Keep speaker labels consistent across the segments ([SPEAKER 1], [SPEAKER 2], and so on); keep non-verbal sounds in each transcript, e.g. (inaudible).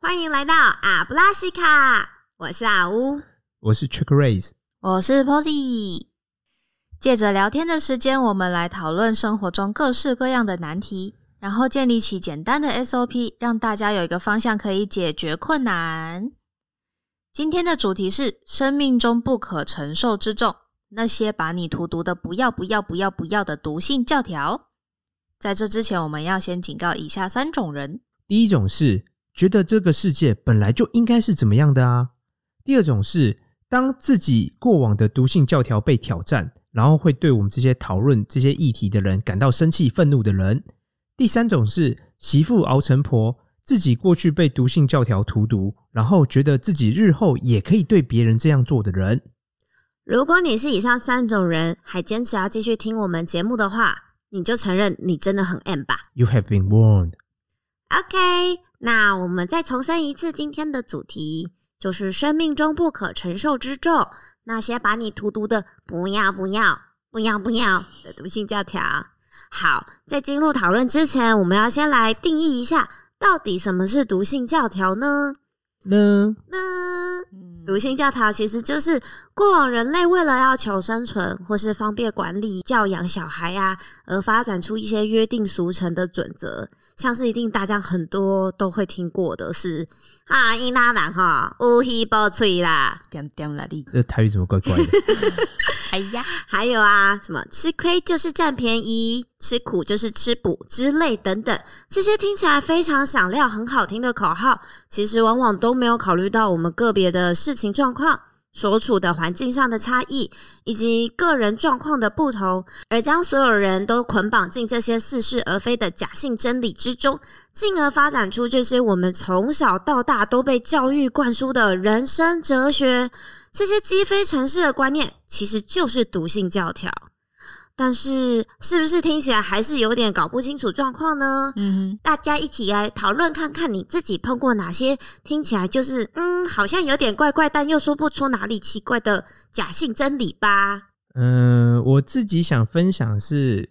[SPEAKER 1] 欢迎来到阿布拉西卡，我是阿乌。
[SPEAKER 2] 我是 Trick Rays，
[SPEAKER 3] 我是 Posy。借着聊天的时间，我们来讨论生活中各式各样的难题，然后建立起简单的 SOP，让大家有一个方向可以解决困难。今天的主题是生命中不可承受之重，那些把你荼毒的不要不要不要不要的毒性教条。在这之前，我们要先警告以下三种人：
[SPEAKER 2] 第一种是觉得这个世界本来就应该是怎么样的啊；第二种是当自己过往的毒性教条被挑战，然后会对我们这些讨论这些议题的人感到生气、愤怒的人；第三种是媳妇熬成婆，自己过去被毒性教条荼毒，然后觉得自己日后也可以对别人这样做的人。
[SPEAKER 1] 如果你是以上三种人，还坚持要继续听我们节目的话，你就承认你真的很 M 吧。
[SPEAKER 2] You have been warned。
[SPEAKER 1] OK，那我们再重申一次今天的主题，就是生命中不可承受之重，那些把你荼毒的不要不要不要不要的毒性教条。好，在进入讨论之前，我们要先来定义一下，到底什么是毒性教条呢？
[SPEAKER 2] 呢，
[SPEAKER 1] 呢，
[SPEAKER 3] 嗯
[SPEAKER 1] 毒性教条其实就是过往人类为了要求生存，或是方便管理教养小孩啊，而发展出一些约定俗成的准则，像是一定大家很多都会听过的是啊，伊拉人哈乌黑包脆啦，
[SPEAKER 3] 点点啦力，
[SPEAKER 2] 这台语怎么怪怪的？
[SPEAKER 3] 哎呀，
[SPEAKER 1] 还有啊什么吃亏就是占便宜，吃苦就是吃补之类等等，这些听起来非常响亮、很好听的口号，其实往往都没有考虑到我们个别的事情状况。所处的环境上的差异，以及个人状况的不同，而将所有人都捆绑进这些似是而非的假性真理之中，进而发展出这些我们从小到大都被教育灌输的人生哲学。这些鸡飞城市的观念，其实就是毒性教条。但是，是不是听起来还是有点搞不清楚状况呢？
[SPEAKER 3] 嗯
[SPEAKER 1] 大家一起来讨论看看，你自己碰过哪些听起来就是嗯，好像有点怪怪，但又说不出哪里奇怪的假性真理吧？
[SPEAKER 2] 嗯，我自己想分享是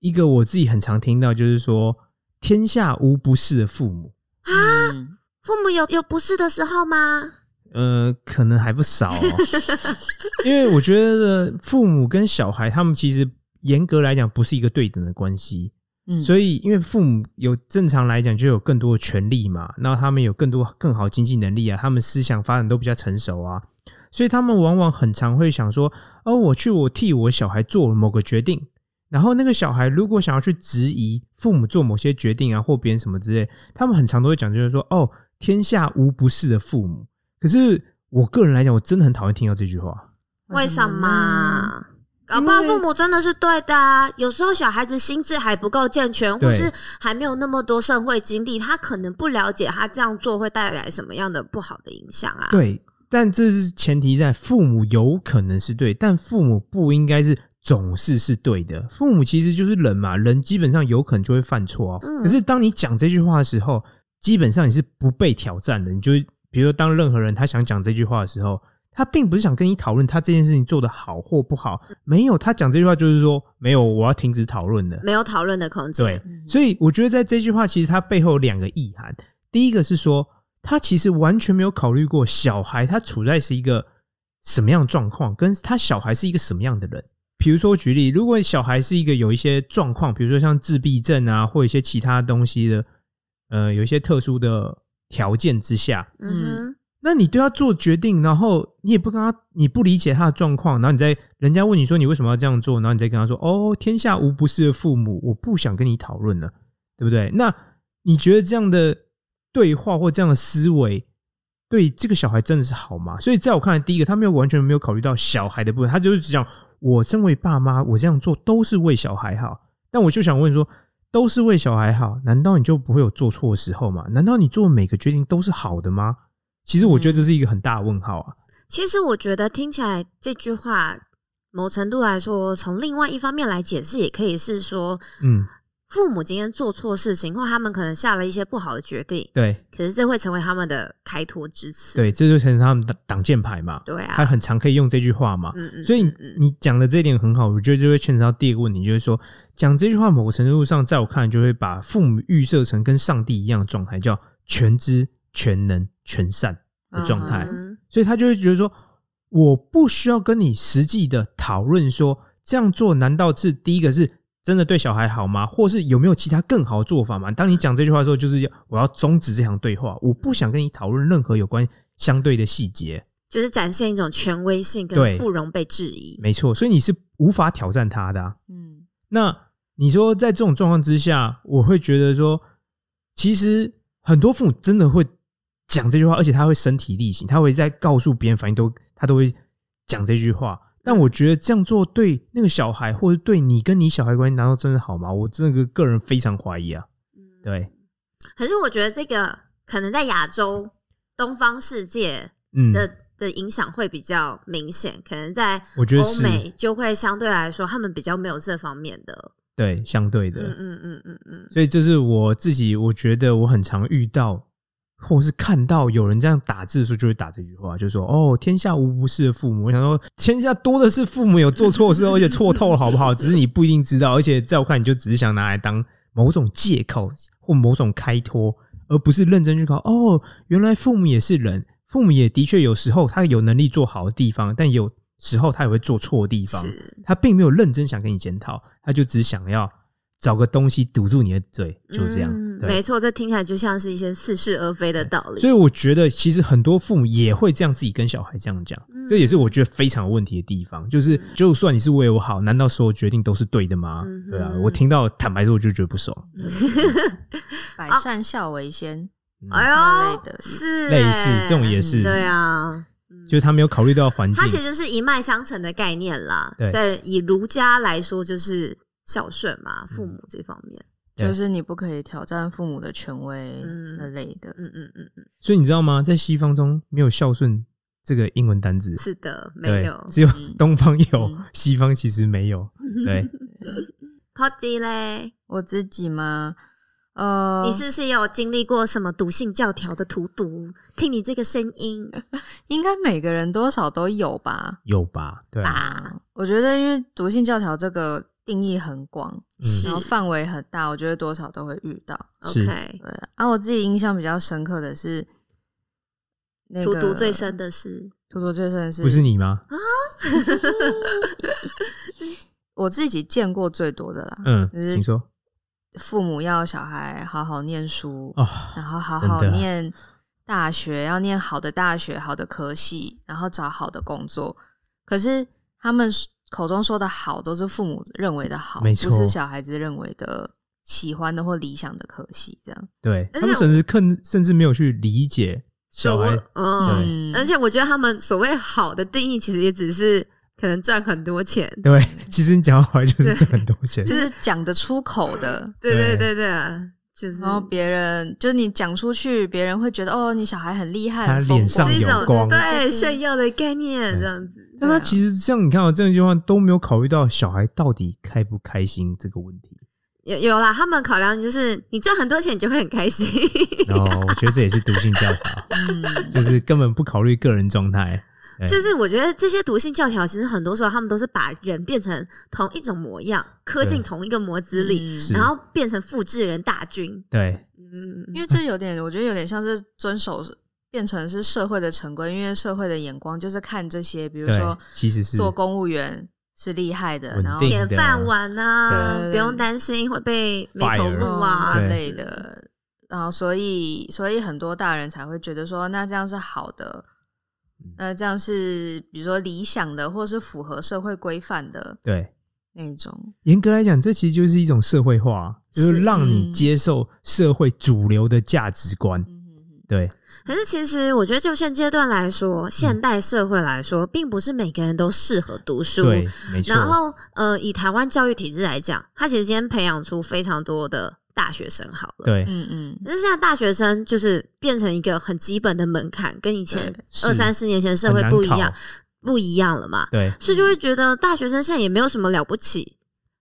[SPEAKER 2] 一个我自己很常听到，就是说天下无不是的父母，
[SPEAKER 3] 哼，嗯，
[SPEAKER 1] 父母有有不是的时候吗？
[SPEAKER 2] 呃，可能还不少、哦， (laughs) 因为我觉得父母跟小孩他们其实严格来讲不是一个对等的关系，
[SPEAKER 3] 嗯
[SPEAKER 2] 所以因为父母有正常来讲就有更多的权利嘛，那他们有更多更好经济能力啊，他们思想发展都比较成熟啊，所以他们往往很常会想说，哦，我去我替我小孩做某个决定，然后那个小孩如果想要去质疑父母做某些决定啊或别人什么之类，他们很常都会讲就是说，哦，天下无不是的父母。可是我个人来讲，我真的很讨厌听到这句话。
[SPEAKER 1] 为什
[SPEAKER 3] 呢？
[SPEAKER 1] 么？搞不好父母真的是对的、啊，有时候小孩子心智还不够健全，或
[SPEAKER 2] 对
[SPEAKER 1] 是还没有那么多社会经历，他可能不了解他这样做会带来什么样的不好的影响啊。
[SPEAKER 2] 对，但这是前提在父母有可能是对，但父母不应该是总是是对的。父母其实就是人嘛，人基本上有可能就会犯错啊。
[SPEAKER 1] 嗯
[SPEAKER 2] 可是当你讲这句话的时候，基本上你是不被挑战的。你就比如说，当任何人他想讲这句话的时候。他并不是想跟你讨论他这件事情做得好或不好，没有，他讲这句话就是说没有，我要停止讨论的。
[SPEAKER 1] 没有讨论的空间。
[SPEAKER 2] 对，所以我觉得在这句话其实它背后有两个意涵。第一个是说，他其实完全没有考虑过小孩他处在是一个什么样的状况，跟他小孩是一个什么样的人。比如说我举例，如果小孩是一个有一些状况，比如说像自闭症啊，或一些其他东西的，呃，有一些特殊的条件之下，
[SPEAKER 1] 嗯
[SPEAKER 2] 那你对他做决定，然后你也不跟他，你不理解他的状况，然后你再人家问你说你为什么要这样做，然后你再跟他说哦，天下无不是的父母，我不想跟你讨论了，对不对？那你觉得这样的对话或这样的思维，对这个小孩真的是好吗？所以在我看来，第一个他没有完全没有考虑到小孩的部分，他就是只讲我身为爸妈，我这样做都是为小孩好。但我就想问说，都是为小孩好，难道你就不会有做错的时候吗？难道你做每个决定都是好的吗？其实我觉得这是一个很大的问号啊。
[SPEAKER 1] 其实我觉得听起来这句话，某程度来说，从另外一方面来解释，也可以是说，
[SPEAKER 2] 嗯，
[SPEAKER 1] 父母今天做错事情，或他们可能下了一些不好的决定，
[SPEAKER 2] 对
[SPEAKER 1] 可是这会成为他们的开脱之词。
[SPEAKER 2] 对，这就成他们的挡箭牌嘛。
[SPEAKER 1] 对啊
[SPEAKER 2] 他很常可以用这句话嘛。
[SPEAKER 1] 嗯嗯
[SPEAKER 2] 所以你
[SPEAKER 1] 嗯
[SPEAKER 2] 你讲的这一点很好，我觉得就会牵扯到第二个问题，就是说讲这句话某个程度上，在我看来就会把父母预设成跟上帝一样的状态，叫全知、全能全善的状态，
[SPEAKER 1] 嗯
[SPEAKER 2] 所以他就会觉得说，我不需要跟你实际的讨论说这样做难道是第一个是真的对小孩好吗，或是有没有其他更好的做法吗？当你讲这句话的时候，就是要我要终止这场对话，我不想跟你讨论任何有关相对的细节。
[SPEAKER 1] 就是展现一种权威性
[SPEAKER 2] 对
[SPEAKER 1] 跟不容被质疑。
[SPEAKER 2] 没错，所以你是无法挑战他的、啊。
[SPEAKER 3] 嗯
[SPEAKER 2] 那你说在这种状况之下，我会觉得说，其实很多父母真的会讲这句话，而且他会身体力行，他会在告诉别人，反应都他都会讲这句话。但我觉得这样做对那个小孩，或者对你跟你小孩关系，难道真的好吗？我这个个人非常怀疑啊。对，
[SPEAKER 1] 可是我觉得这个可能在亚洲、东方世界
[SPEAKER 2] 嗯，
[SPEAKER 1] 的、的影响会比较明显，可能在
[SPEAKER 2] 我觉得
[SPEAKER 1] 欧
[SPEAKER 2] 是
[SPEAKER 1] 美就会相对来说，他们比较没有这方面的。
[SPEAKER 2] 对相对的。
[SPEAKER 1] 嗯嗯嗯嗯嗯，
[SPEAKER 2] 所以这是我自己，我觉得我很常遇到，或是看到有人这样打字的时候，就会打这句话，就说：“哦，天下无不是的父母。”我想说，天下多的是父母有做错事，而且错透了，好不好？只是你不一定知道，而且在我看，你就只是想拿来当某种借口或某种开脱，而不是认真去考。哦，原来父母也是人，父母也的确有时候他有能力做好的地方，但有时候他也会做错的地方。
[SPEAKER 1] 是
[SPEAKER 2] 他并没有认真想跟你检讨，他就只想要找个东西堵住你的嘴，就这样。
[SPEAKER 1] 嗯
[SPEAKER 2] 对
[SPEAKER 1] 没，错，这听起来就像是一些似是而非的道理。
[SPEAKER 2] 所以我觉得其实很多父母也会这样，自己跟小孩这样讲，
[SPEAKER 1] 嗯
[SPEAKER 2] 这也是我觉得非常有问题的地方。就是就算你是为我好，难道所有决定都是对的吗？
[SPEAKER 1] 嗯哼嗯
[SPEAKER 2] 对啊，我听到坦白说我就觉得不爽。
[SPEAKER 3] 百
[SPEAKER 1] 啊
[SPEAKER 3] 善孝为先。
[SPEAKER 2] 嗯
[SPEAKER 1] 哎
[SPEAKER 3] 类
[SPEAKER 1] 呦
[SPEAKER 3] 的，意思
[SPEAKER 1] 是
[SPEAKER 2] 类似
[SPEAKER 1] 欸
[SPEAKER 2] 这种也是，
[SPEAKER 1] 对啊，嗯
[SPEAKER 2] 就是他没有考虑到环境
[SPEAKER 1] 它其，实就是一脉相承的概念啦
[SPEAKER 2] 对。
[SPEAKER 1] 在以儒家来说，就是孝顺
[SPEAKER 2] 嗯
[SPEAKER 1] 嘛，父母这方面。
[SPEAKER 2] 对
[SPEAKER 3] 就是你不可以挑战父母的权威
[SPEAKER 1] 嗯
[SPEAKER 3] 那类的，
[SPEAKER 1] 嗯嗯嗯，嗯
[SPEAKER 2] 所以你知道吗？在西方中没有孝顺这个英文单字，
[SPEAKER 1] 是的，
[SPEAKER 2] 对
[SPEAKER 1] 没有。
[SPEAKER 2] 只有
[SPEAKER 3] 嗯
[SPEAKER 2] 东方有，
[SPEAKER 3] 嗯
[SPEAKER 2] 西方其实没
[SPEAKER 1] (laughs)
[SPEAKER 2] 有。对，
[SPEAKER 1] Potty 嘞，
[SPEAKER 3] 我自己吗？呃，
[SPEAKER 1] 你是不是有经历过什么笃信教条的荼毒？听你这个声音，
[SPEAKER 3] 应该每个人多少都有吧？
[SPEAKER 2] 有吧？对啊，
[SPEAKER 1] 吧，
[SPEAKER 3] 我觉得，因为毒性教条这个定义很广，
[SPEAKER 1] 是
[SPEAKER 3] 然后范围很大，我觉得多少都会遇到。
[SPEAKER 2] 是
[SPEAKER 1] OK，
[SPEAKER 3] 对啊，我自己印象比较深刻的是，那
[SPEAKER 1] 荼
[SPEAKER 3] 个
[SPEAKER 1] 毒最，深的是
[SPEAKER 3] 荼毒最深的是
[SPEAKER 2] 不是你吗？
[SPEAKER 3] 我自己见过最多的啦。
[SPEAKER 2] 嗯，
[SPEAKER 3] 就是
[SPEAKER 2] 请说。
[SPEAKER 3] 父母要小孩好好念书，
[SPEAKER 2] 哦，
[SPEAKER 3] 然后好
[SPEAKER 2] 真
[SPEAKER 3] 好
[SPEAKER 2] 的
[SPEAKER 3] 念大学，要念好的大学、好的科系，然后找好的工作。可是他们口中说的好，都是父母认为的好，
[SPEAKER 2] 没错
[SPEAKER 3] 不是小孩子认为的喜欢的或理想的科系。这样，
[SPEAKER 2] 对
[SPEAKER 1] 而且
[SPEAKER 2] 他们甚至更甚至没有去理解小孩
[SPEAKER 1] 所谓，嗯，
[SPEAKER 2] 对
[SPEAKER 1] 而且我觉得他们所谓好的定义，其实也只是可能赚很多钱。
[SPEAKER 2] 对，其实你讲到后来就是
[SPEAKER 1] 对
[SPEAKER 2] 赚很多钱
[SPEAKER 3] 就，是讲得出口
[SPEAKER 1] (laughs)
[SPEAKER 3] 的，
[SPEAKER 1] 对对
[SPEAKER 2] 对
[SPEAKER 1] 对对，就是
[SPEAKER 3] 然后别人就你讲出去，别人会觉得哦，你小孩很厉害，
[SPEAKER 2] 他
[SPEAKER 3] 很丰
[SPEAKER 2] 脸
[SPEAKER 3] 富
[SPEAKER 2] 上
[SPEAKER 1] 是一
[SPEAKER 2] 有
[SPEAKER 1] 种
[SPEAKER 2] 光
[SPEAKER 1] 对炫耀的概念
[SPEAKER 2] 对
[SPEAKER 1] 这样子。
[SPEAKER 2] 但他其实像你看啊，这句话都没有考虑到小孩到底开不开心这个问题。
[SPEAKER 1] 有有啦，他们考量就是你赚很多钱，你就会很开心。
[SPEAKER 2] 然后我觉得这也是毒性教条，
[SPEAKER 3] 嗯， (laughs)
[SPEAKER 2] 就是根本不考虑个人状态。对
[SPEAKER 1] (laughs) 就是我觉得这些毒性教条，其实很多时候他们都是把人变成同一种模样，刻进
[SPEAKER 2] 对
[SPEAKER 1] 同一个模子里，
[SPEAKER 3] 嗯
[SPEAKER 2] 是
[SPEAKER 1] 然后变成复制人大军。
[SPEAKER 2] 对，
[SPEAKER 1] 嗯，
[SPEAKER 3] 因为这有点，我觉得有点像是遵守变成是社会的成规，因为社会的眼光就是看这些，比如
[SPEAKER 2] 对
[SPEAKER 3] 说，
[SPEAKER 2] 其实是
[SPEAKER 3] 做公务员是厉害的，
[SPEAKER 2] 稳
[SPEAKER 3] 然后
[SPEAKER 2] 定
[SPEAKER 1] 铁饭碗
[SPEAKER 3] 对对
[SPEAKER 1] 啊，
[SPEAKER 3] 对
[SPEAKER 1] 不用担心会被没头
[SPEAKER 3] 嗯
[SPEAKER 1] 路
[SPEAKER 3] 那
[SPEAKER 1] 啊
[SPEAKER 2] 对
[SPEAKER 3] 类。的，然后所以所以很多大人才会觉得说，那这样是好的，
[SPEAKER 2] 嗯
[SPEAKER 3] 那这样是比如说理想的，或是符合社会规范的
[SPEAKER 2] 对。
[SPEAKER 3] 那一种，
[SPEAKER 2] 严格来讲，这其实就是一种社会化，就是
[SPEAKER 1] 是
[SPEAKER 2] 让你
[SPEAKER 3] 嗯
[SPEAKER 2] 接受社会主流的价值观。
[SPEAKER 3] 嗯哼哼
[SPEAKER 2] 对，
[SPEAKER 1] 可是其实我觉得，就现阶段来说，
[SPEAKER 2] 嗯
[SPEAKER 1] 现代社会来说，并不是每个人都适合读书。
[SPEAKER 2] 对，没错。
[SPEAKER 1] 然后，呃，以台湾教育体制来讲，它其实今天培养出非常多的大学生。好了，
[SPEAKER 2] 对，
[SPEAKER 3] 嗯嗯，
[SPEAKER 1] 可是现在大学生就是变成一个很基本的门槛，跟以前
[SPEAKER 3] 对
[SPEAKER 2] 是
[SPEAKER 1] 二三十年前社
[SPEAKER 2] 很
[SPEAKER 1] 会
[SPEAKER 2] 难
[SPEAKER 1] 不一
[SPEAKER 2] 考嗯
[SPEAKER 1] 样，不一样了嘛。
[SPEAKER 2] 对，
[SPEAKER 1] 所以就会觉得大学生现在也没有什么了不起，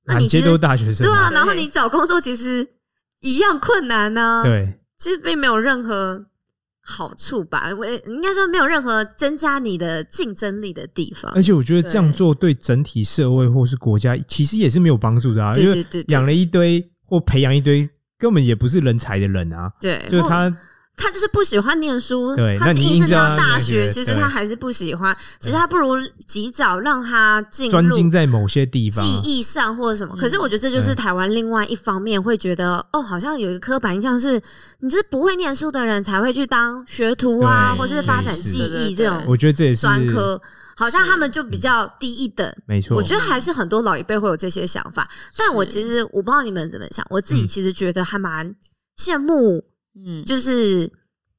[SPEAKER 1] 那
[SPEAKER 2] 满
[SPEAKER 1] 你
[SPEAKER 2] 街
[SPEAKER 1] 其实
[SPEAKER 2] 都是大学生
[SPEAKER 1] 对啊。
[SPEAKER 2] 嘛，
[SPEAKER 1] 然后你找工作其实一样困难啊呢、
[SPEAKER 2] 啊对，
[SPEAKER 1] 其实并没有任何好处吧。我应该说没有任何增加你的竞争力的地方
[SPEAKER 2] 而。且我觉得这样做对整体社会或是国家其实也是没有帮助的啊，
[SPEAKER 1] 对
[SPEAKER 2] 因
[SPEAKER 1] 对
[SPEAKER 2] 为
[SPEAKER 1] 对对
[SPEAKER 2] 养了一堆或培养一堆根本也不是人才的人啊，
[SPEAKER 1] 对，
[SPEAKER 2] 就是他
[SPEAKER 1] 他就是不喜欢念书
[SPEAKER 2] 对，
[SPEAKER 1] 他
[SPEAKER 2] 那你
[SPEAKER 1] 硬
[SPEAKER 2] 硬
[SPEAKER 1] 是
[SPEAKER 2] 是要
[SPEAKER 1] 到大
[SPEAKER 2] 让他
[SPEAKER 1] 学，
[SPEAKER 2] 学
[SPEAKER 1] 其实
[SPEAKER 2] 对
[SPEAKER 1] 他还是不喜欢。其实他不如及早让他进
[SPEAKER 2] 专
[SPEAKER 1] 入
[SPEAKER 2] 精在某些地方，
[SPEAKER 1] 记忆上或者什么。
[SPEAKER 3] 嗯
[SPEAKER 1] 可是我觉得这就是
[SPEAKER 2] 嗯
[SPEAKER 1] 台湾另外一方面会觉得，哦，好像有一个刻板印象是，你就是不会念书的人才会去当学徒啊，
[SPEAKER 2] 对
[SPEAKER 1] 或是发展
[SPEAKER 2] 类似
[SPEAKER 1] 技
[SPEAKER 3] 对对对
[SPEAKER 1] 艺这种
[SPEAKER 2] 我觉得这也是嗯
[SPEAKER 1] 专科，好像他们就比较低一等。
[SPEAKER 2] 没错
[SPEAKER 1] 我。觉得还是很多老一辈会有这些想法，但我
[SPEAKER 3] 是
[SPEAKER 1] 其实我不知道你们怎么想，我自己
[SPEAKER 2] 嗯
[SPEAKER 1] 其实觉得还蛮羡慕
[SPEAKER 3] 嗯，
[SPEAKER 1] 就是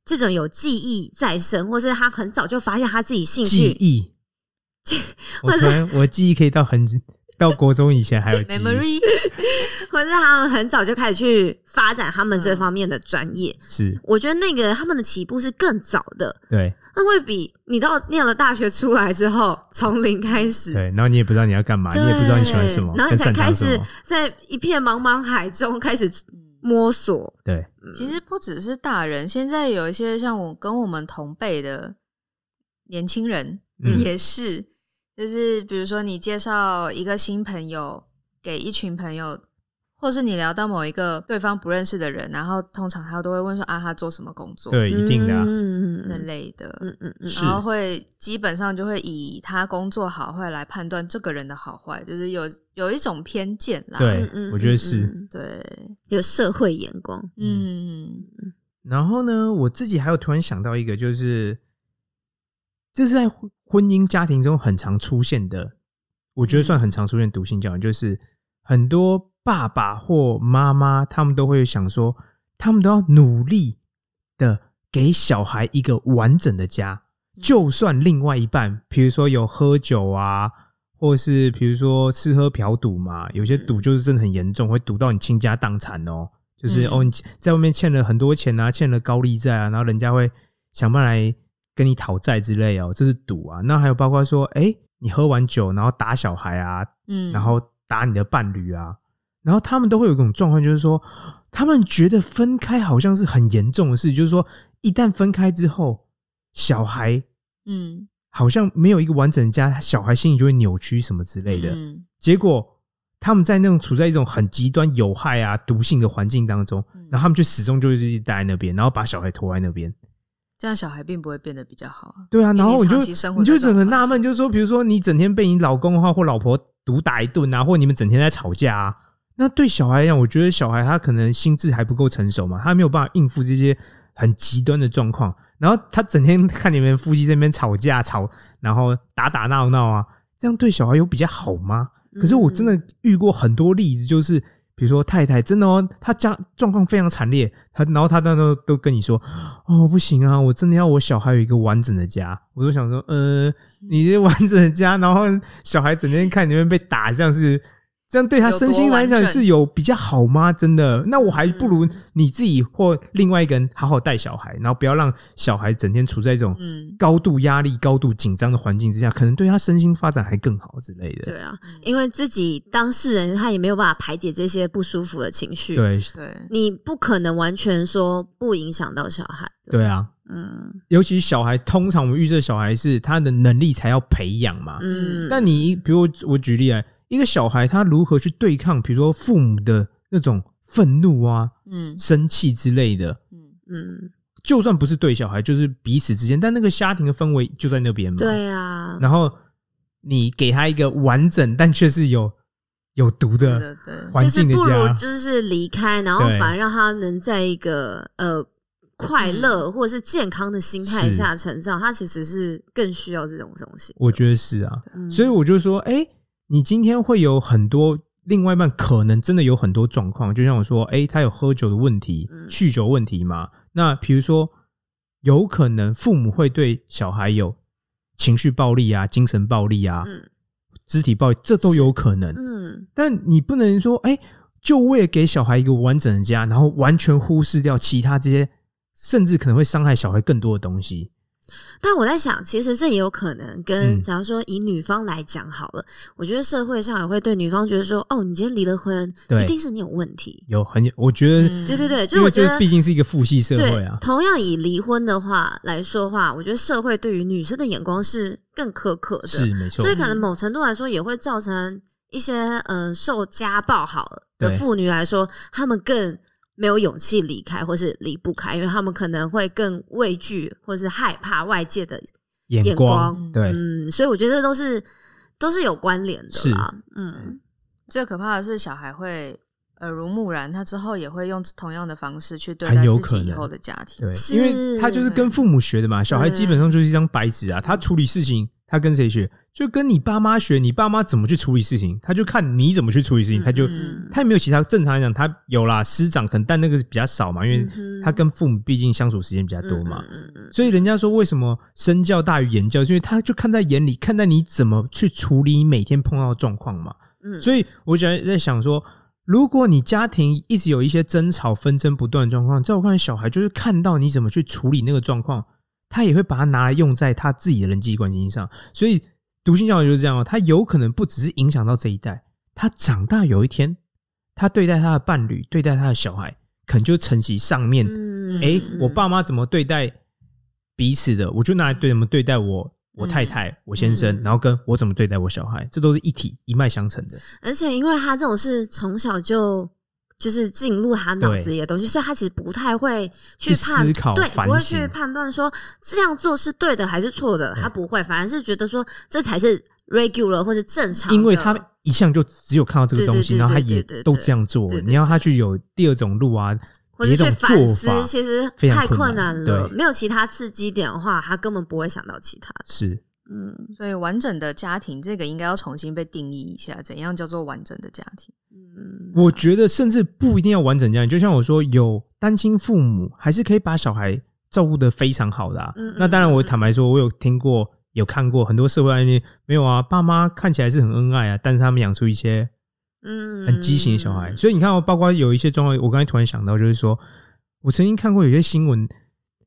[SPEAKER 1] 这种有记忆在身，或是他很早就发现他自己兴
[SPEAKER 2] 记
[SPEAKER 1] 趣， (laughs)
[SPEAKER 2] 忆，我
[SPEAKER 1] 或者
[SPEAKER 2] 突
[SPEAKER 1] (laughs)
[SPEAKER 2] 然我记忆可以到很到国中以前还有记忆，
[SPEAKER 3] memory
[SPEAKER 1] 或是他们很早就开始去发展他们这方面的专业。
[SPEAKER 2] 是
[SPEAKER 1] 我觉得那个他们的起步是更早的，
[SPEAKER 2] 对
[SPEAKER 1] 那会比你到念了大学出来之后从零开始。
[SPEAKER 2] 对，然后你也不知道你要干嘛，你也不知道你喜欢什么，
[SPEAKER 1] 对然后你才
[SPEAKER 2] 跟擅
[SPEAKER 1] 开
[SPEAKER 2] 长什
[SPEAKER 1] 始
[SPEAKER 2] 么，
[SPEAKER 1] 在一片茫茫海中开始摸索。
[SPEAKER 2] 对，
[SPEAKER 3] 其实不只是大人，现在有一些像我跟我们同辈的年轻人、
[SPEAKER 2] 嗯
[SPEAKER 3] (laughs) 也是，就是比如说你介绍一个新朋友给一群朋友，或是你聊到某一个对方不认识的人，然后通常他都会问说啊，他做什么工作，
[SPEAKER 2] 对，一定的啊，
[SPEAKER 1] 嗯
[SPEAKER 3] 那
[SPEAKER 1] 嗯
[SPEAKER 3] 类的，
[SPEAKER 1] 嗯嗯嗯，
[SPEAKER 2] 是
[SPEAKER 3] 然后会基本上就会以他工作好坏来判断这个人的好坏，就是有有一种偏见啦。
[SPEAKER 1] 嗯嗯
[SPEAKER 2] 对，我觉得是。
[SPEAKER 1] 嗯嗯
[SPEAKER 3] 对，
[SPEAKER 1] 有社会眼光。
[SPEAKER 3] 嗯，
[SPEAKER 2] 然后呢，我自己还有突然想到一个，就是这是在婚婚姻家庭中很常出现的，我觉得算很常出现独性教育，就是很多爸爸或妈妈他们都会想说，他们都要努力的给小孩一个完整的家，就算另外一半，比如说有喝酒啊。或是比如说吃喝嫖赌嘛，有些赌就是真的很严重，会赌到你倾家荡产哦。就是、
[SPEAKER 3] 嗯
[SPEAKER 2] 哦，你在外面欠了很多钱啊，欠了高利债啊，然后人家会想办法来跟你讨债之类哦，这是赌啊。那还有包括说，哎、你喝完酒然后打小孩啊，
[SPEAKER 3] 嗯，
[SPEAKER 2] 然后打你的伴侣啊，然后他们都会有一种状况，就是说他们觉得分开好像是很严重的事，就是说一旦分开之后，小孩
[SPEAKER 3] 嗯
[SPEAKER 2] 好像没有一个完整的家，小孩心里就会扭曲什么之类的。
[SPEAKER 3] 嗯
[SPEAKER 2] 结果他们在那种处在一种很极端有害啊、毒性的环境当中
[SPEAKER 3] 嗯，
[SPEAKER 2] 然后他们就始终就是一直待在那边，然后把小孩拖在那边。
[SPEAKER 3] 这样小孩并不会变得比较好啊。
[SPEAKER 2] 对啊，
[SPEAKER 3] 因为
[SPEAKER 2] 然后
[SPEAKER 3] 你
[SPEAKER 2] 我就
[SPEAKER 3] 长期生活
[SPEAKER 2] 你
[SPEAKER 3] 在
[SPEAKER 2] 就
[SPEAKER 3] 这种
[SPEAKER 2] 整
[SPEAKER 3] 环
[SPEAKER 2] 个纳
[SPEAKER 3] 境
[SPEAKER 2] 闷，就是说，比如说你整天被你老公的话或老婆毒打一顿啊，或你们整天在吵架啊，那对小孩来讲，我觉得小孩他可能心智还不够成熟嘛，他没有办法应付这些很极端的状况。然后他整天 (laughs) 看你们夫妻这边吵架吵，然后打打闹闹啊，这样对小孩有比较好吗？可是我真
[SPEAKER 1] 嗯
[SPEAKER 3] 嗯
[SPEAKER 2] 的遇过很多例子，就是比如说太太真的哦，她家状况非常惨烈，她然后她都都都跟你说，哦不行啊，我真的要我小孩有一个完整的家。我都想说，呃，你这完整的家，然后小孩整天看你们被打，这样是这样对他
[SPEAKER 3] 有多
[SPEAKER 2] 身心来
[SPEAKER 3] 完
[SPEAKER 2] 讲
[SPEAKER 3] 整嗯
[SPEAKER 2] 是有比较好吗？真的，那我还不如你自己或另外一个人好好带小孩，然后不要让小孩整天处在一种
[SPEAKER 3] 嗯，
[SPEAKER 2] 高度压力、高度紧张的环境之下，可能对他身心发展还更好之类的。
[SPEAKER 1] 对啊，因为自己当事人他也没有办法排解这些不舒服的情绪，
[SPEAKER 2] 对
[SPEAKER 3] 对，
[SPEAKER 1] 你不可能完全说不影响到小孩。
[SPEAKER 2] 对啊，
[SPEAKER 1] 嗯
[SPEAKER 2] 尤其小孩，通常我们预测小孩是他的能力才要培养嘛。
[SPEAKER 1] 嗯，
[SPEAKER 2] 但你比如我举例来，啊一个小孩他如何去对抗，比如说父母的那种愤怒啊、
[SPEAKER 3] 嗯
[SPEAKER 2] 生气之类的，
[SPEAKER 3] 嗯，
[SPEAKER 1] 嗯，
[SPEAKER 2] 就算不是对小孩，就是彼此之间，但那个家庭的氛围就在那边嘛。。
[SPEAKER 1] 对啊，
[SPEAKER 2] 然后你给他一个完整但却是有有毒
[SPEAKER 3] 对
[SPEAKER 2] 的
[SPEAKER 3] 对对，
[SPEAKER 2] 啊环
[SPEAKER 1] 就是
[SPEAKER 2] 境的
[SPEAKER 1] 不如
[SPEAKER 2] 家，
[SPEAKER 1] 就是离开，然后
[SPEAKER 2] 对
[SPEAKER 1] 反而让他能在一个呃快乐或者是健康的心
[SPEAKER 2] 嗯
[SPEAKER 1] 态
[SPEAKER 2] 是
[SPEAKER 1] 下成长，他其实是更需要这种东西。
[SPEAKER 2] 我觉得是啊。
[SPEAKER 1] 嗯
[SPEAKER 2] 所以我就说，哎、你今天会有很多另外一半可能真的有很多状况，就像我说，哎、他有喝酒的问题
[SPEAKER 1] 嗯、
[SPEAKER 2] 酗酒问题嘛？那比如说，有可能父母会对小孩有情绪暴力啊、精神暴力啊、
[SPEAKER 1] 嗯
[SPEAKER 2] 肢体暴力，这都有可能。
[SPEAKER 1] 嗯
[SPEAKER 2] 但你不能说，哎、就为了给小孩一个完整的家，然后完全忽视掉其他这些，甚至可能会伤害小孩更多的东西。
[SPEAKER 1] 但我在想，其实这也有可能跟，
[SPEAKER 2] 嗯
[SPEAKER 1] 假如说以女方来讲好了，我觉得社会上也会对女方觉得说，哦，你今天离了婚，
[SPEAKER 2] 对
[SPEAKER 1] 一定是你有问题。
[SPEAKER 2] 有很，我觉得，
[SPEAKER 3] 嗯
[SPEAKER 1] 对对对，就
[SPEAKER 2] 因
[SPEAKER 1] 是我
[SPEAKER 2] 为
[SPEAKER 1] 觉
[SPEAKER 2] 这
[SPEAKER 1] 得
[SPEAKER 2] 毕竟是一个父系社会啊
[SPEAKER 1] 对，。同样以离婚的话来说话，我觉得社会对于女生的眼光是更苛刻的，
[SPEAKER 2] 是没错
[SPEAKER 1] 所以，可能某程度来说也会造成一些呃受家暴好了的
[SPEAKER 2] 对
[SPEAKER 1] 妇女来说，她们更没有勇气离开，或是离不开，因为他们可能会更畏惧或是害怕外界的。
[SPEAKER 2] 眼
[SPEAKER 1] 眼
[SPEAKER 2] 光
[SPEAKER 1] 光
[SPEAKER 2] 对，
[SPEAKER 1] 嗯，所以我觉得都是都是有关联的啦。嗯，
[SPEAKER 3] 最可怕的是小孩会耳濡目染，他之后也会用同样的方式去对
[SPEAKER 2] 很
[SPEAKER 3] 待
[SPEAKER 2] 有
[SPEAKER 3] 自
[SPEAKER 2] 可
[SPEAKER 3] 己以
[SPEAKER 2] 能
[SPEAKER 3] 后的家庭。
[SPEAKER 2] 对，
[SPEAKER 1] 是
[SPEAKER 2] 因为他就是跟父母学的嘛，小孩基本上就是一张白纸啊，他处理事情，他跟谁学，就跟你爸妈学，你爸妈怎么去处理事情，他就看你怎么去处理事情，他就
[SPEAKER 3] 嗯
[SPEAKER 2] 他也没有其他正常来讲，他有啦，师长可能但那个比较少嘛，因为
[SPEAKER 1] 嗯哼
[SPEAKER 2] 他跟父母毕竟相处时间比较多嘛，
[SPEAKER 1] 嗯嗯嗯
[SPEAKER 2] 所以人家说为什么身教大于言教，是因为他就看在眼里，看在你怎么去处理你每天碰到的状况嘛。
[SPEAKER 1] 嗯
[SPEAKER 2] 所以我觉得在想说，如果你家庭一直有一些争吵、纷争不断的状况，在我看来，小孩就是看到你怎么去处理那个状况，他也会把它拿来用在他自己的人际关系上。所以读心教育就是这样哦，他有可能不只是影响到这一代，他长大有一天，他对待他的伴侣、对待他的小孩，可能就承袭上面
[SPEAKER 1] 嗯
[SPEAKER 2] 诶，
[SPEAKER 3] 嗯
[SPEAKER 2] 我爸妈怎么对待彼此的，我就拿来对怎么对待我。我太太、我先生，
[SPEAKER 1] 嗯
[SPEAKER 2] 然后跟我怎么对待我小孩，这都是一体一脉相承的。
[SPEAKER 1] 而且因为他这种是从小就。就是进入他脑子里的东西，所以他其实不太会去
[SPEAKER 2] 去
[SPEAKER 1] 判
[SPEAKER 2] 思考
[SPEAKER 1] 对，
[SPEAKER 2] 反
[SPEAKER 1] 不会
[SPEAKER 2] 省嗯
[SPEAKER 1] 去判断说这样做是对的还是错的，他不会，反而是觉得说这才是 regular 或者正常的，
[SPEAKER 2] 因为他一向就只有看到这个东
[SPEAKER 3] 对
[SPEAKER 2] 西，
[SPEAKER 3] 对对
[SPEAKER 2] 然后他
[SPEAKER 3] 对
[SPEAKER 2] 也
[SPEAKER 3] 对对
[SPEAKER 2] 都这样做
[SPEAKER 3] 对对。对
[SPEAKER 2] 你要他去有第二种路啊，
[SPEAKER 1] 或者
[SPEAKER 2] 别
[SPEAKER 1] 去
[SPEAKER 2] 种
[SPEAKER 1] 反
[SPEAKER 2] 做
[SPEAKER 1] 思
[SPEAKER 2] 法，
[SPEAKER 1] 其实
[SPEAKER 2] 非常
[SPEAKER 1] 太
[SPEAKER 2] 困
[SPEAKER 1] 困
[SPEAKER 2] 难
[SPEAKER 1] 难了，
[SPEAKER 2] 对
[SPEAKER 1] 没有其他刺激点的话，他根本不会想到其他的。
[SPEAKER 2] 是
[SPEAKER 1] 嗯
[SPEAKER 3] 所以完整的家庭这个应该要重新被定义一下，怎样叫做完整的家庭？
[SPEAKER 1] 嗯，
[SPEAKER 2] 我觉得甚至不一定要完整家庭，就像我说，有单亲父母还是可以把小孩照顾的非常好的、啊。
[SPEAKER 1] 嗯嗯
[SPEAKER 2] 那当然，我坦白说，我有听过、有看过很多社会案例，没有啊，爸妈看起来是很恩爱啊，但是他们养出一些
[SPEAKER 1] 嗯
[SPEAKER 2] 很畸形的小孩。所以你看、哦，包括有一些状况，我刚才突然想到，就是说我曾经看过有些新闻，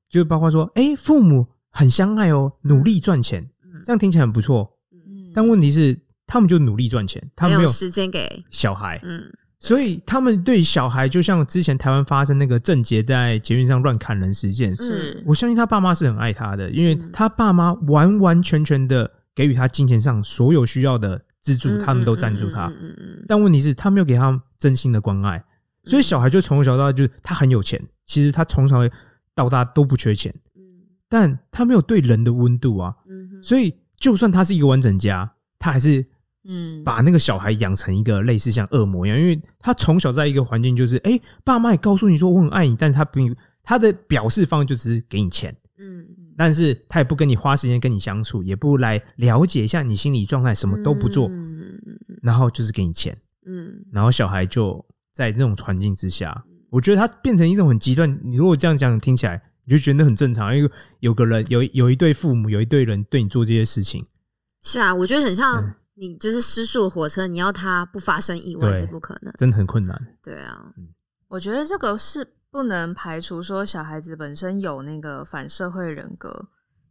[SPEAKER 2] 就包括说，哎，父母很相爱哦，努力赚钱，
[SPEAKER 1] 嗯
[SPEAKER 2] 这样听起来很不错。
[SPEAKER 3] 嗯
[SPEAKER 2] 但问题是，他们就努力赚钱，他们
[SPEAKER 1] 没
[SPEAKER 2] 没
[SPEAKER 1] 有
[SPEAKER 2] 有
[SPEAKER 1] 时间给，
[SPEAKER 2] 小孩，
[SPEAKER 1] 嗯
[SPEAKER 2] 所以他们对小孩，就像之前台湾发生那个郑杰在捷运上乱砍人事件，
[SPEAKER 3] 是
[SPEAKER 2] 我相信他爸妈是很爱他的，因为
[SPEAKER 1] 嗯
[SPEAKER 2] 他爸妈完完全全的给予他金钱上所有需要的资助，
[SPEAKER 1] 嗯
[SPEAKER 2] 他们都赞助他。
[SPEAKER 1] 嗯嗯嗯
[SPEAKER 2] 但问题是，他没有给他们真心的关爱，所以小孩就从小到大就是他很有钱，其实他从小到大都不缺钱，
[SPEAKER 1] 嗯
[SPEAKER 2] 但他没有对人的温度啊，
[SPEAKER 1] 嗯嗯，
[SPEAKER 2] 所以就算他是一个完整家，他还是
[SPEAKER 3] 嗯，
[SPEAKER 2] 把那个小孩养成一个类似像恶魔一样，因为他从小在一个环境就是，哎、爸妈也告诉你说我很爱你，但是他不，他的表示方就只是给你钱，
[SPEAKER 1] 嗯
[SPEAKER 2] 但是他也不跟你花时间跟你相处，也不来了解一下你心理状态，什么都不做，
[SPEAKER 1] 嗯嗯嗯
[SPEAKER 2] 然后就是给你钱，
[SPEAKER 1] 嗯
[SPEAKER 2] 然后小孩就在那种环境之下，我觉得他变成一种很极端。你如果这样讲，听起来你就觉得很正常，因为有个人有有一对父母，有一对人对你做这些事情，
[SPEAKER 1] 是啊，我觉得很
[SPEAKER 2] 嗯
[SPEAKER 1] 像你就是失速的火车，你要它不发生意外
[SPEAKER 2] 对
[SPEAKER 1] 是不可能，
[SPEAKER 2] 真的很困难。
[SPEAKER 1] 对啊，
[SPEAKER 3] 我觉得这个是不能排除说小孩子本身有那个反社会人格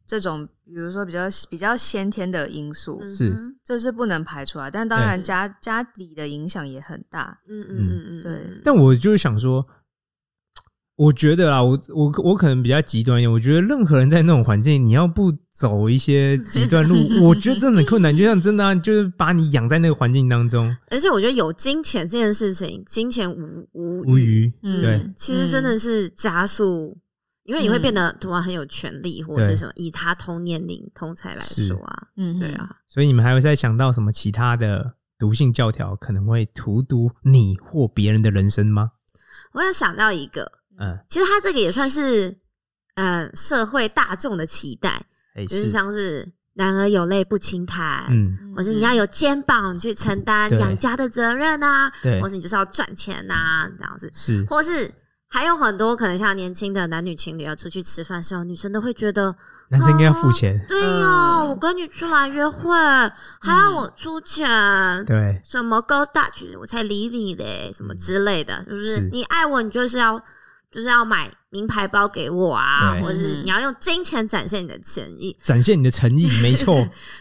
[SPEAKER 3] 这种，比如说比较比较先天的因素，
[SPEAKER 1] 嗯
[SPEAKER 2] 是
[SPEAKER 1] 哼
[SPEAKER 3] 这是不能排除啊。但当然
[SPEAKER 1] 对
[SPEAKER 3] 家家里的影响也很大。
[SPEAKER 1] 嗯嗯嗯嗯，嗯，
[SPEAKER 2] 但我就是想说，我觉得啦，我我我可能比较极端一点，我觉得任何人在那种环境，你要不走一些极端路，我觉得真的很困难。就像真的、啊，就是把你养在那个环境当中，
[SPEAKER 1] 而且我觉得有金钱这件事情，金钱无无
[SPEAKER 2] 无余。
[SPEAKER 3] 嗯，
[SPEAKER 2] 对
[SPEAKER 1] 其实真的是加速，因为你会变
[SPEAKER 3] 嗯
[SPEAKER 1] 得突然很有权利或者
[SPEAKER 2] 对
[SPEAKER 1] 是什么，以他同年龄同才来
[SPEAKER 2] 是
[SPEAKER 1] 说啊，
[SPEAKER 3] 嗯，嗯
[SPEAKER 1] 对，啊，
[SPEAKER 2] 所以你们还会再想到什么其他的毒性教条可能会荼毒你或别人的人生吗？
[SPEAKER 1] 我有想到一个，
[SPEAKER 2] 嗯，
[SPEAKER 1] 其实他这个也算是呃社会大众的期待，
[SPEAKER 2] 哎、
[SPEAKER 1] 就是
[SPEAKER 2] 是，
[SPEAKER 1] 像是男儿有泪不轻弹。
[SPEAKER 2] 嗯，
[SPEAKER 1] 或是你要有肩膀去承担
[SPEAKER 2] 对
[SPEAKER 1] 养家的责任啊，
[SPEAKER 2] 对
[SPEAKER 1] 或，是你就是要赚钱呐、这样子，
[SPEAKER 2] 是，
[SPEAKER 1] 或是还有很多可能像年轻的男女情侣要出去吃饭的时候，女生都会觉得
[SPEAKER 2] 男生应该要
[SPEAKER 1] 哦
[SPEAKER 2] 付钱，
[SPEAKER 1] 对呀、
[SPEAKER 3] 嗯
[SPEAKER 1] 我跟你出来约会，还
[SPEAKER 2] 嗯
[SPEAKER 1] 要我出钱，
[SPEAKER 2] 对，
[SPEAKER 1] 什么勾大举我才理你嘞，什么之类的，就
[SPEAKER 2] 嗯
[SPEAKER 1] 是
[SPEAKER 2] 是
[SPEAKER 1] 你爱我，你就是要就是要买名牌包给我啊，
[SPEAKER 2] 对
[SPEAKER 1] 或者是
[SPEAKER 3] 嗯
[SPEAKER 1] 你要用金钱展现你的诚意。
[SPEAKER 2] 展现你的诚意，没
[SPEAKER 1] (laughs)
[SPEAKER 2] 错，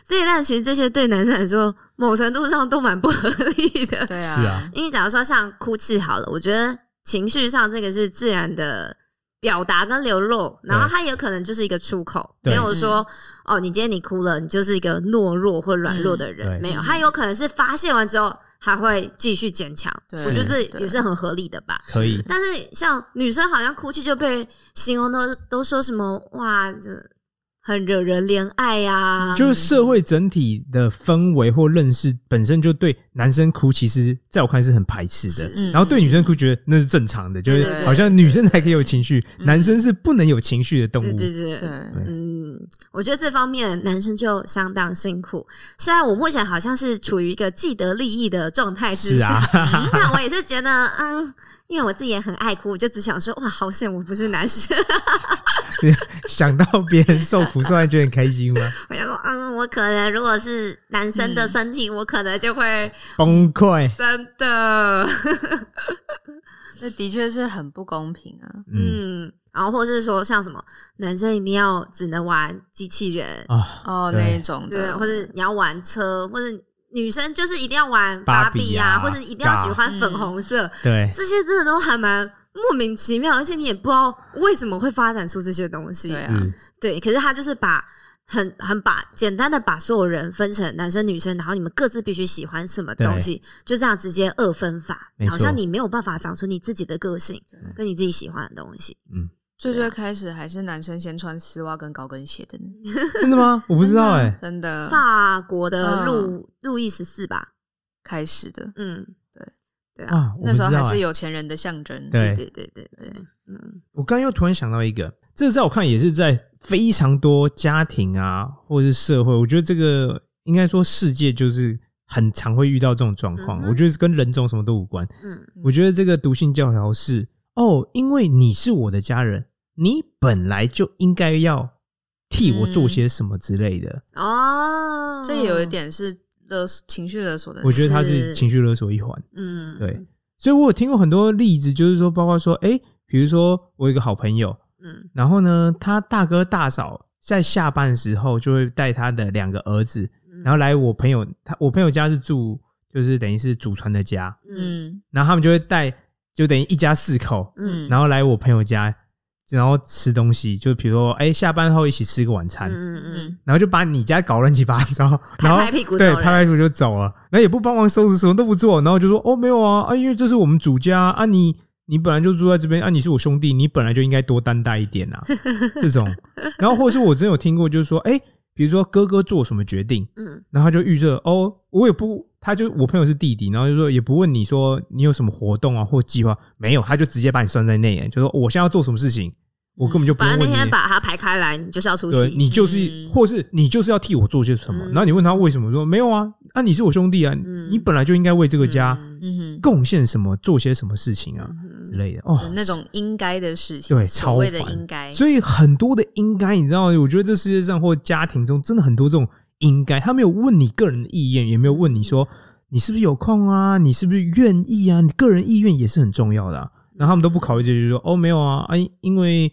[SPEAKER 1] 对，但其实这些对男生来说，某程度上都蛮不合理的。
[SPEAKER 3] 对啊，
[SPEAKER 2] 是啊，
[SPEAKER 1] 因为假如说像哭泣好了，我觉得情绪上这个是自然的表达跟流露，然后它也可能就是一个出口，
[SPEAKER 2] 对
[SPEAKER 1] 没有说哦，你今天你哭了，你就是一个懦弱或软弱的人，
[SPEAKER 2] 嗯对
[SPEAKER 1] 没有，它有可能是发泄完之后，还会继续坚强。
[SPEAKER 3] 对
[SPEAKER 1] 我觉得这
[SPEAKER 3] 对
[SPEAKER 1] 也是很合理的吧。
[SPEAKER 2] 可以，
[SPEAKER 1] 但是像女生好像哭泣就被形容都都说什么哇，这很惹人怜爱呀、
[SPEAKER 2] 就是社会整体的氛围或认识本身就对男生哭，其实在我看是很排斥的。
[SPEAKER 3] 嗯
[SPEAKER 2] 然后对女生哭，觉得那是正常的，就
[SPEAKER 1] 对对
[SPEAKER 2] 是
[SPEAKER 1] 对
[SPEAKER 2] 好像女生才可以有情绪，
[SPEAKER 3] 嗯
[SPEAKER 2] 男生是不能有情绪的动
[SPEAKER 1] 对
[SPEAKER 2] 物。
[SPEAKER 1] 对对，
[SPEAKER 3] 对，
[SPEAKER 1] 嗯，我觉得这方面男生就相当辛苦。虽然我目前好像是处于一个既得利益的状态之
[SPEAKER 2] 是啊
[SPEAKER 1] (laughs) 下，，但我也是觉得，嗯，因为我自己也很爱哭，我就只想说，哇，好险我不是男生。 (laughs)
[SPEAKER 2] (laughs) 想到别人受苦受害，觉得很开心吗？
[SPEAKER 1] 我想说，嗯，我可能如果是男生
[SPEAKER 2] 嗯
[SPEAKER 1] 的身体，我可能就
[SPEAKER 2] (laughs)
[SPEAKER 1] 会
[SPEAKER 2] 崩溃。
[SPEAKER 1] 真的，
[SPEAKER 3] 这的确是很不公平啊。
[SPEAKER 2] 嗯
[SPEAKER 1] (laughs) 嗯。然后，或是说像什么男生一定要只能玩机器人，
[SPEAKER 2] 啊，
[SPEAKER 3] 哦，
[SPEAKER 2] 对
[SPEAKER 3] 那一种
[SPEAKER 1] 对，
[SPEAKER 3] 的，
[SPEAKER 1] 或者你要玩车，或者女生就是一定要玩
[SPEAKER 2] 芭
[SPEAKER 1] 芭比
[SPEAKER 2] 比啊
[SPEAKER 1] 啊，或者一定要喜欢粉红色，
[SPEAKER 2] 对，
[SPEAKER 1] 这些真的都还蛮莫名其妙，而且你也不知道为什么会发展出这些东西。
[SPEAKER 3] 对啊
[SPEAKER 2] 是
[SPEAKER 1] 对可是他就是把很很把简单的把所有人分成男生女生，然后你们各自必须喜欢什么东西，就这样直接二分法
[SPEAKER 2] 没，错
[SPEAKER 1] 好像你没有办法长出你自己的个性跟你自己喜欢的东西。
[SPEAKER 3] 最最开始还是男生先穿丝袜跟高跟鞋的呢，
[SPEAKER 2] 真
[SPEAKER 3] (laughs)
[SPEAKER 2] 的吗？我不知道哎、
[SPEAKER 3] 真的
[SPEAKER 1] 法国的
[SPEAKER 3] 嗯
[SPEAKER 1] 路路易十四吧，
[SPEAKER 3] 开始的，
[SPEAKER 1] 嗯，
[SPEAKER 3] 对
[SPEAKER 1] 对啊，
[SPEAKER 2] 啊，我不
[SPEAKER 3] 那
[SPEAKER 2] 知
[SPEAKER 3] 时候还
[SPEAKER 2] 道哎、
[SPEAKER 3] 是有钱人的象征，
[SPEAKER 2] 对
[SPEAKER 3] 对对对对对，
[SPEAKER 1] 嗯，
[SPEAKER 2] 我刚刚又突然想到一个，这个在我看也是在非常多家庭啊，或者是社会，我觉得这个应该说世界就是很常会遇到这种状况。
[SPEAKER 1] 嗯哼
[SPEAKER 2] 我觉得跟人种什么都无关。
[SPEAKER 1] 嗯，
[SPEAKER 2] 我觉得这个毒性教条是哦，因为你是我的家人，你本来就应该要替我
[SPEAKER 3] 嗯
[SPEAKER 2] 做些什么之类的。
[SPEAKER 1] 嗯哦，
[SPEAKER 3] 这有一，点是勒索情绪勒索的，
[SPEAKER 2] 我觉得它是
[SPEAKER 1] 是
[SPEAKER 2] 情绪勒索一环。
[SPEAKER 1] 嗯，
[SPEAKER 2] 对，所以我有听过很多例子，就是说，包括说，哎、比如说我有一个好朋友，
[SPEAKER 1] 嗯
[SPEAKER 2] 然后呢，他大哥大嫂在下班的时候就会带他的两个儿子，
[SPEAKER 1] 嗯
[SPEAKER 2] 然后来我朋友他我朋友家是住就是等于是祖传的家，
[SPEAKER 1] 嗯
[SPEAKER 3] 嗯
[SPEAKER 2] 然后他们就会带就等于一家四口，
[SPEAKER 1] 嗯
[SPEAKER 3] 嗯，
[SPEAKER 2] 然后来我朋友家，然后吃东西，就比如说哎下班后一起吃个晚餐，
[SPEAKER 1] 嗯嗯
[SPEAKER 3] 嗯，
[SPEAKER 2] 然后就把你家搞乱七八糟，
[SPEAKER 1] 拍
[SPEAKER 2] 然后
[SPEAKER 1] 拍屁股
[SPEAKER 2] 对，
[SPEAKER 1] 走
[SPEAKER 2] 拍拍
[SPEAKER 1] 人
[SPEAKER 2] 屁股就走了，然后也不帮忙收拾，什么都不做，然后就说哦没有啊啊，因为这是我们主家啊你，你本来就住在这边啊，你是我兄弟，你本来就应该多担待一点
[SPEAKER 1] (laughs)
[SPEAKER 2] 啊，这种，然后或者是我真有听过，就是说哎、比如说哥哥做什么决定，
[SPEAKER 1] 嗯
[SPEAKER 2] 然后他就预设哦，我也不，他就我朋友是弟弟，然后就说也不问你说你有什么活动啊或计划，没有，他就直接把你算在内，就说、哦我现在要做什么事情，我根本就不用问
[SPEAKER 1] 反
[SPEAKER 2] 你。
[SPEAKER 1] 正那天把它排开来，你就是要出
[SPEAKER 2] 对
[SPEAKER 1] 席。
[SPEAKER 2] 你就是，
[SPEAKER 3] 嗯
[SPEAKER 2] 或是你就是要替我做些什么。
[SPEAKER 1] 嗯
[SPEAKER 2] 然后你问他为什么，说没有啊，啊你是我兄弟啊，
[SPEAKER 1] 嗯
[SPEAKER 2] 你本来就应该为这个家
[SPEAKER 1] 嗯
[SPEAKER 3] 嗯
[SPEAKER 2] 贡献什么，做些什么事情啊
[SPEAKER 1] 嗯
[SPEAKER 2] 之类的哦
[SPEAKER 3] 哼，。那种应该的事情，
[SPEAKER 2] 对
[SPEAKER 3] 所谓的
[SPEAKER 2] 超烦
[SPEAKER 3] 应该，
[SPEAKER 2] 所以很多的应该，你知道，我觉得这世界上或家庭中真的很多这种应该，他没有问你个人的意愿，也没有问你说你是不是有空啊，你是不是愿意啊，你个人意愿也是很重要的、啊。然后他们都不考虑这些，就说哦没有啊，哎、因为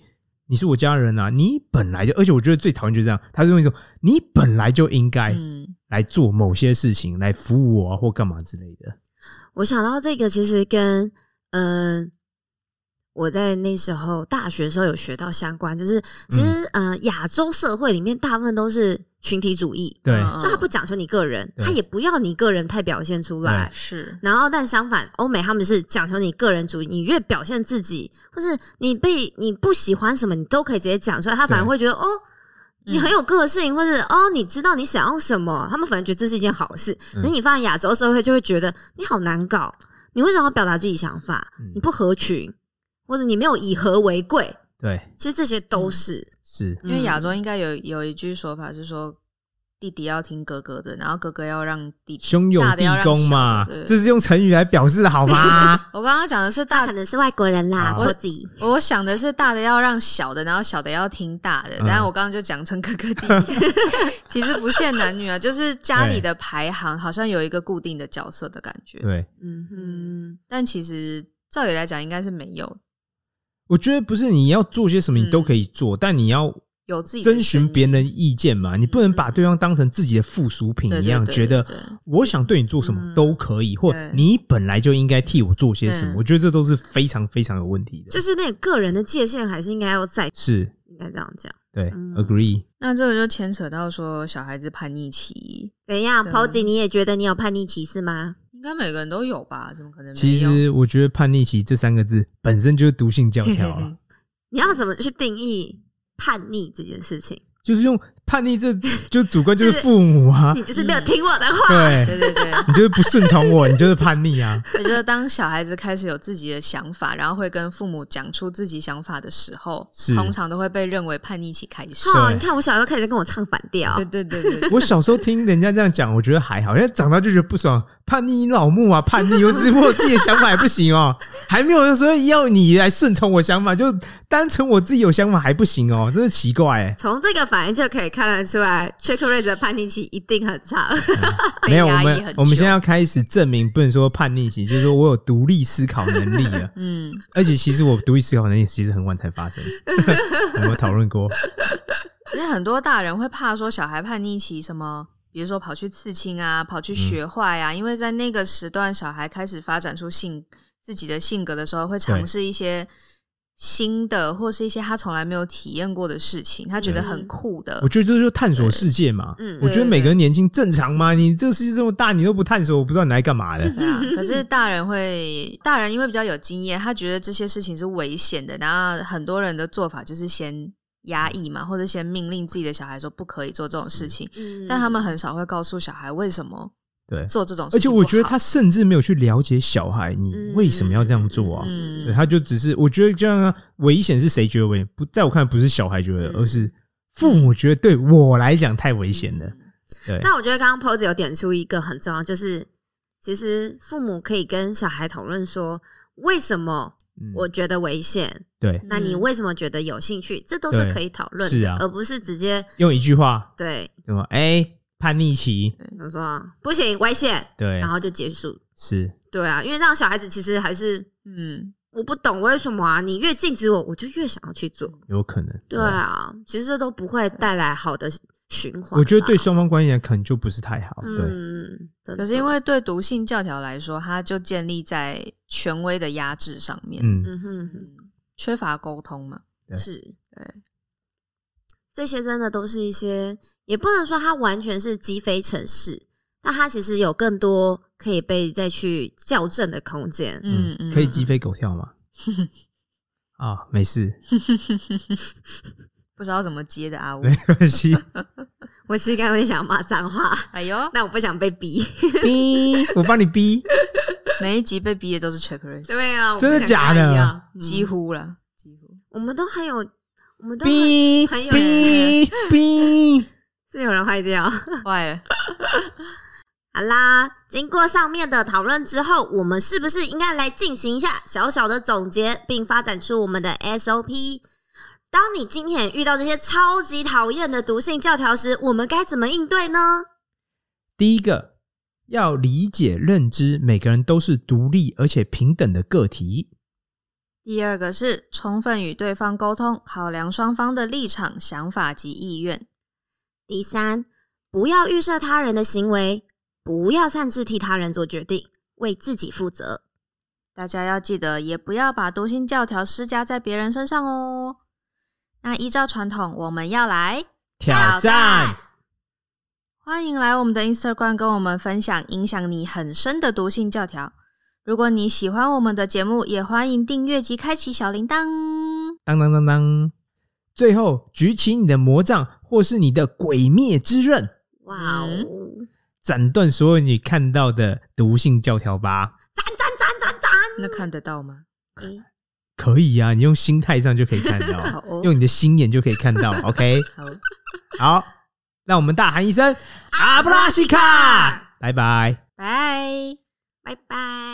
[SPEAKER 2] 你是我家人啊，你本来就，而且我觉得最讨厌就是这样，他是用一种你本来就应该
[SPEAKER 3] 嗯，
[SPEAKER 2] 来做某些事情，来服务我啊或干嘛之类的。
[SPEAKER 1] 我想到这个，其实跟嗯、呃我在那时候大学的时候有学到相关，就是其实嗯，亚、洲社会里面大部分都是群体主义，
[SPEAKER 2] 对，
[SPEAKER 3] 嗯
[SPEAKER 1] 就他不讲究你个人，
[SPEAKER 2] 对
[SPEAKER 1] 他也不要你个人太表现出来。
[SPEAKER 3] 是，
[SPEAKER 1] 然后，但相反，欧美他们是讲求你个人主义，你越表现自己，或是你被你不喜欢什么，你都可以直接讲出来，他反而
[SPEAKER 2] 对
[SPEAKER 1] 会觉得哦，你很有个性，或是哦，你知道你想要什么，他们反而觉得这哦是一件好事。
[SPEAKER 2] 嗯
[SPEAKER 1] 可是你放在亚洲社会，就会觉得你好难搞，你为什么要表达自己想法？
[SPEAKER 2] 嗯
[SPEAKER 1] 你不合群，或者你没有以和为贵，
[SPEAKER 2] 对，
[SPEAKER 1] 其实这些都是、
[SPEAKER 2] 是，
[SPEAKER 1] 嗯
[SPEAKER 3] 因为亚洲应该有有一句说法是说。弟弟要听哥哥的，然后哥哥要让弟弟
[SPEAKER 2] 兄友
[SPEAKER 3] 大的
[SPEAKER 2] 弟
[SPEAKER 3] 要让
[SPEAKER 2] 恭
[SPEAKER 3] 小
[SPEAKER 2] 嘛，
[SPEAKER 3] 的对
[SPEAKER 2] 这是用成语来表示的好
[SPEAKER 3] (laughs)
[SPEAKER 2] 吗？
[SPEAKER 3] 我刚刚讲的是大
[SPEAKER 1] 他可，能是外国人啦，
[SPEAKER 2] 啊
[SPEAKER 1] 我自己。
[SPEAKER 3] 我想的是大的要让小的，然后小的要听大的。
[SPEAKER 2] 嗯
[SPEAKER 3] 但是我刚刚就讲成哥哥弟弟， (laughs) 其实不限男女啊，就是家里的排行好像有一个固定的角色的感觉。
[SPEAKER 2] 对，
[SPEAKER 1] 嗯
[SPEAKER 3] 嗯，但其实照理来讲应该是没有，
[SPEAKER 2] 我觉得不是你要做些什么，你都可以做，但你要
[SPEAKER 3] 有自己的
[SPEAKER 2] 征询别人的意见嘛，你不能把对方当成自己的附属品
[SPEAKER 3] 对对
[SPEAKER 2] 一
[SPEAKER 3] 嗯
[SPEAKER 2] 样，
[SPEAKER 3] 对
[SPEAKER 2] 觉得
[SPEAKER 3] 对对
[SPEAKER 2] 我想对你做什么
[SPEAKER 1] 嗯
[SPEAKER 2] 都可以，或
[SPEAKER 3] 对
[SPEAKER 2] 你本来就应该替我做些什么
[SPEAKER 3] 嗯。
[SPEAKER 2] 我觉得这都是非常非常有问题的，
[SPEAKER 1] 就是那个个人的界限还是应该要在，
[SPEAKER 2] 是
[SPEAKER 1] 应该这样讲。
[SPEAKER 2] 对
[SPEAKER 1] 嗯
[SPEAKER 2] ，agree，
[SPEAKER 3] 那这个就牵扯到说小孩子叛逆期，
[SPEAKER 1] 怎样
[SPEAKER 3] 对
[SPEAKER 2] 啊
[SPEAKER 1] ，Posy，你也觉得你有叛逆歧视吗？
[SPEAKER 3] 应该每个人都有吧？怎么可能没有？
[SPEAKER 2] 其实我觉得叛逆期这三个字本身就是毒性教条啊
[SPEAKER 3] (laughs)
[SPEAKER 2] (laughs) 了，
[SPEAKER 1] 你要怎么去定义叛逆这件事情？
[SPEAKER 2] 就是用叛逆这就主观就
[SPEAKER 1] 就是
[SPEAKER 2] 是父母啊，
[SPEAKER 1] 你就是没有听我的话，
[SPEAKER 3] (laughs)
[SPEAKER 2] 对
[SPEAKER 3] 对对对，
[SPEAKER 2] 你就是不顺从我，你就是叛逆啊。
[SPEAKER 3] (laughs) 我觉得当小孩子开始有自己的想法，然后会跟父母讲出自己想法的时候
[SPEAKER 2] 是，
[SPEAKER 3] 通常都会被认为叛逆期开始。
[SPEAKER 1] 靠！
[SPEAKER 2] 对
[SPEAKER 1] 你看我小时候开始跟我唱反调
[SPEAKER 3] 对，对对对 (laughs) 对，
[SPEAKER 2] 我小时候听人家这样讲，我觉得还好，因为长大就觉得不爽，叛逆你老母啊，叛逆！我只我有自己的想法也不
[SPEAKER 3] (laughs)
[SPEAKER 2] 行哦，还没有人说要你来顺从我想法，就单纯我自己有想法还不行哦，真是奇怪
[SPEAKER 3] (laughs)
[SPEAKER 2] 哎、
[SPEAKER 1] 从这个反应就可以看得出来 t r i c k r a t e 的叛逆期一定很
[SPEAKER 2] (laughs)
[SPEAKER 1] 长。
[SPEAKER 3] 被
[SPEAKER 2] 没有，我
[SPEAKER 3] 压抑
[SPEAKER 2] 们
[SPEAKER 3] 很
[SPEAKER 2] 我们
[SPEAKER 3] 久
[SPEAKER 2] 现在要开始证明，不能说叛逆期，就是说我有独立思考能力
[SPEAKER 3] (laughs)
[SPEAKER 2] 了。
[SPEAKER 3] 嗯，
[SPEAKER 2] 而且其实我独立思考能力其实很晚才发生，
[SPEAKER 3] (laughs)
[SPEAKER 2] 有没有讨论过？
[SPEAKER 3] 因为很多大人会怕说小孩叛逆期什么。比如说跑去刺青啊，跑去学坏啊，因为在那个时段，小孩开始发展出性自己的性格的时候，会尝试一些新的，或是一些他从来没有体验过的事情，他觉得很酷的
[SPEAKER 2] 我。觉得这就是探索世界嘛。
[SPEAKER 1] 嗯
[SPEAKER 2] 我觉得每个人年轻正常吗？你这个世界这么大，你都不探索，我不知道你来干嘛的。
[SPEAKER 3] 对啊，可
[SPEAKER 2] (laughs)
[SPEAKER 3] 是大人会，大人因为比较有经验，他觉得这些事情是危险的，然后很多人的做法就是先压抑嘛，或者先命令自己的小孩说不可以做这种事情，
[SPEAKER 1] 嗯
[SPEAKER 3] 但他们很少会告诉小孩为什么
[SPEAKER 2] 嗯对，
[SPEAKER 3] 做这种事
[SPEAKER 2] 而且
[SPEAKER 3] 情
[SPEAKER 2] 我
[SPEAKER 3] 不好。
[SPEAKER 2] 觉得他甚至没有去了解小孩，你
[SPEAKER 1] 嗯
[SPEAKER 2] 为什么要这样做啊？
[SPEAKER 3] 嗯
[SPEAKER 2] 对，他就只是我觉得这样啊危险是谁觉得危险？不，在我看来不是小孩觉得，
[SPEAKER 1] 嗯
[SPEAKER 2] 而是父母觉得对我来讲太危险
[SPEAKER 3] 嗯
[SPEAKER 2] 了。对，
[SPEAKER 1] 但我觉得刚刚 Pose 有点出一个很重要，就是其实父母可以跟小孩讨论说，为什么
[SPEAKER 2] 嗯
[SPEAKER 1] 我觉得危险，
[SPEAKER 2] 对嗯
[SPEAKER 1] 那你为什么觉得有兴趣，这都是
[SPEAKER 2] 对
[SPEAKER 1] 可以讨论的，
[SPEAKER 2] 是啊
[SPEAKER 1] 而不是直接
[SPEAKER 2] 用一句话，
[SPEAKER 1] 对
[SPEAKER 2] 什么哎叛逆期，
[SPEAKER 1] 我说啊不行危险，
[SPEAKER 2] 对
[SPEAKER 1] 然，后就结束。
[SPEAKER 2] 是
[SPEAKER 1] 对啊，因为让小孩子其实还是
[SPEAKER 3] 嗯，
[SPEAKER 1] 我不懂为什么啊，你越禁止我，我就越想要去做。
[SPEAKER 2] 有可能。
[SPEAKER 1] 对啊，其实这都不会带来好的循环啦。啊
[SPEAKER 2] 我觉得对双方关系来讲可能就不是太好。对，啊
[SPEAKER 1] 嗯，真的
[SPEAKER 3] 可是因为对毒性教条来说，它就建立在权威的压制上面，
[SPEAKER 2] 嗯，
[SPEAKER 1] 嗯哼哼
[SPEAKER 3] 嗯，缺乏沟通嘛。
[SPEAKER 2] 对
[SPEAKER 1] 是
[SPEAKER 3] 对，
[SPEAKER 1] 这些真的都是一些，也不能说它完全是鸡飞城市，但它其实有更多可以被再去校正的空间。
[SPEAKER 3] 嗯嗯，
[SPEAKER 2] 可以鸡飞狗跳吗？啊，没事，
[SPEAKER 3] 不知道怎么接的啊，我
[SPEAKER 2] 没关系。
[SPEAKER 1] 我其实刚刚有点想骂脏话， (laughs)
[SPEAKER 3] 哎呦，
[SPEAKER 1] 但我不想被逼。
[SPEAKER 2] 逼，我帮你逼。
[SPEAKER 3] 每一集被逼的都是 checklist，
[SPEAKER 1] 对啊，我不
[SPEAKER 2] 真的
[SPEAKER 1] 想跟
[SPEAKER 2] 假
[SPEAKER 1] 他
[SPEAKER 2] 的
[SPEAKER 1] 一样？
[SPEAKER 3] 几
[SPEAKER 1] 几乎
[SPEAKER 3] 乎啦，几
[SPEAKER 2] (laughs)
[SPEAKER 3] 乎。
[SPEAKER 1] 我们都很有，我们都很
[SPEAKER 2] 逼
[SPEAKER 1] 很有
[SPEAKER 2] 逼逼，
[SPEAKER 1] 是有人坏掉。
[SPEAKER 3] 坏了，
[SPEAKER 1] (laughs) 好啦，经过上面的讨论之后，我们是不是应该来进行一下小小的总结，并发展出我们的 SOP？当你今天遇到这些超级讨厌的毒性教条时，我们该怎么应对呢？
[SPEAKER 2] 第一个要理解认知，每个人都是独立而且平等的个体。
[SPEAKER 3] 第二个是充分与对方沟通，考量双方的立场、想法及意愿。
[SPEAKER 1] 第三，不要预设他人的行为，不要擅自替他人做决定，为自己负责。
[SPEAKER 3] 大家要记得，也不要把毒性教条施加在别人身上哦。那依照传统，我们要来
[SPEAKER 2] 挑战，
[SPEAKER 3] 欢迎来我们的 Instagram 跟我们分享影响你很深的毒性教条。如果你喜欢我们的节目，也欢迎订阅及开启小铃铛。
[SPEAKER 2] 当当当当。最后，举起你的魔杖，或是你的鬼灭之刃，
[SPEAKER 1] 哇哦！
[SPEAKER 2] 斩断所有你看到的毒性教条吧。
[SPEAKER 1] 赞赞赞赞赞！
[SPEAKER 3] 那看得到吗？
[SPEAKER 1] 诶
[SPEAKER 2] 可以啊，你用心态上就可以看
[SPEAKER 3] 好
[SPEAKER 2] 到，
[SPEAKER 3] 哦，
[SPEAKER 2] 用你的心眼就可以看到。OK，
[SPEAKER 3] 好，
[SPEAKER 2] 好，让我们大喊一声阿布拉西卡，拜拜。
[SPEAKER 3] 拜。
[SPEAKER 1] 拜拜。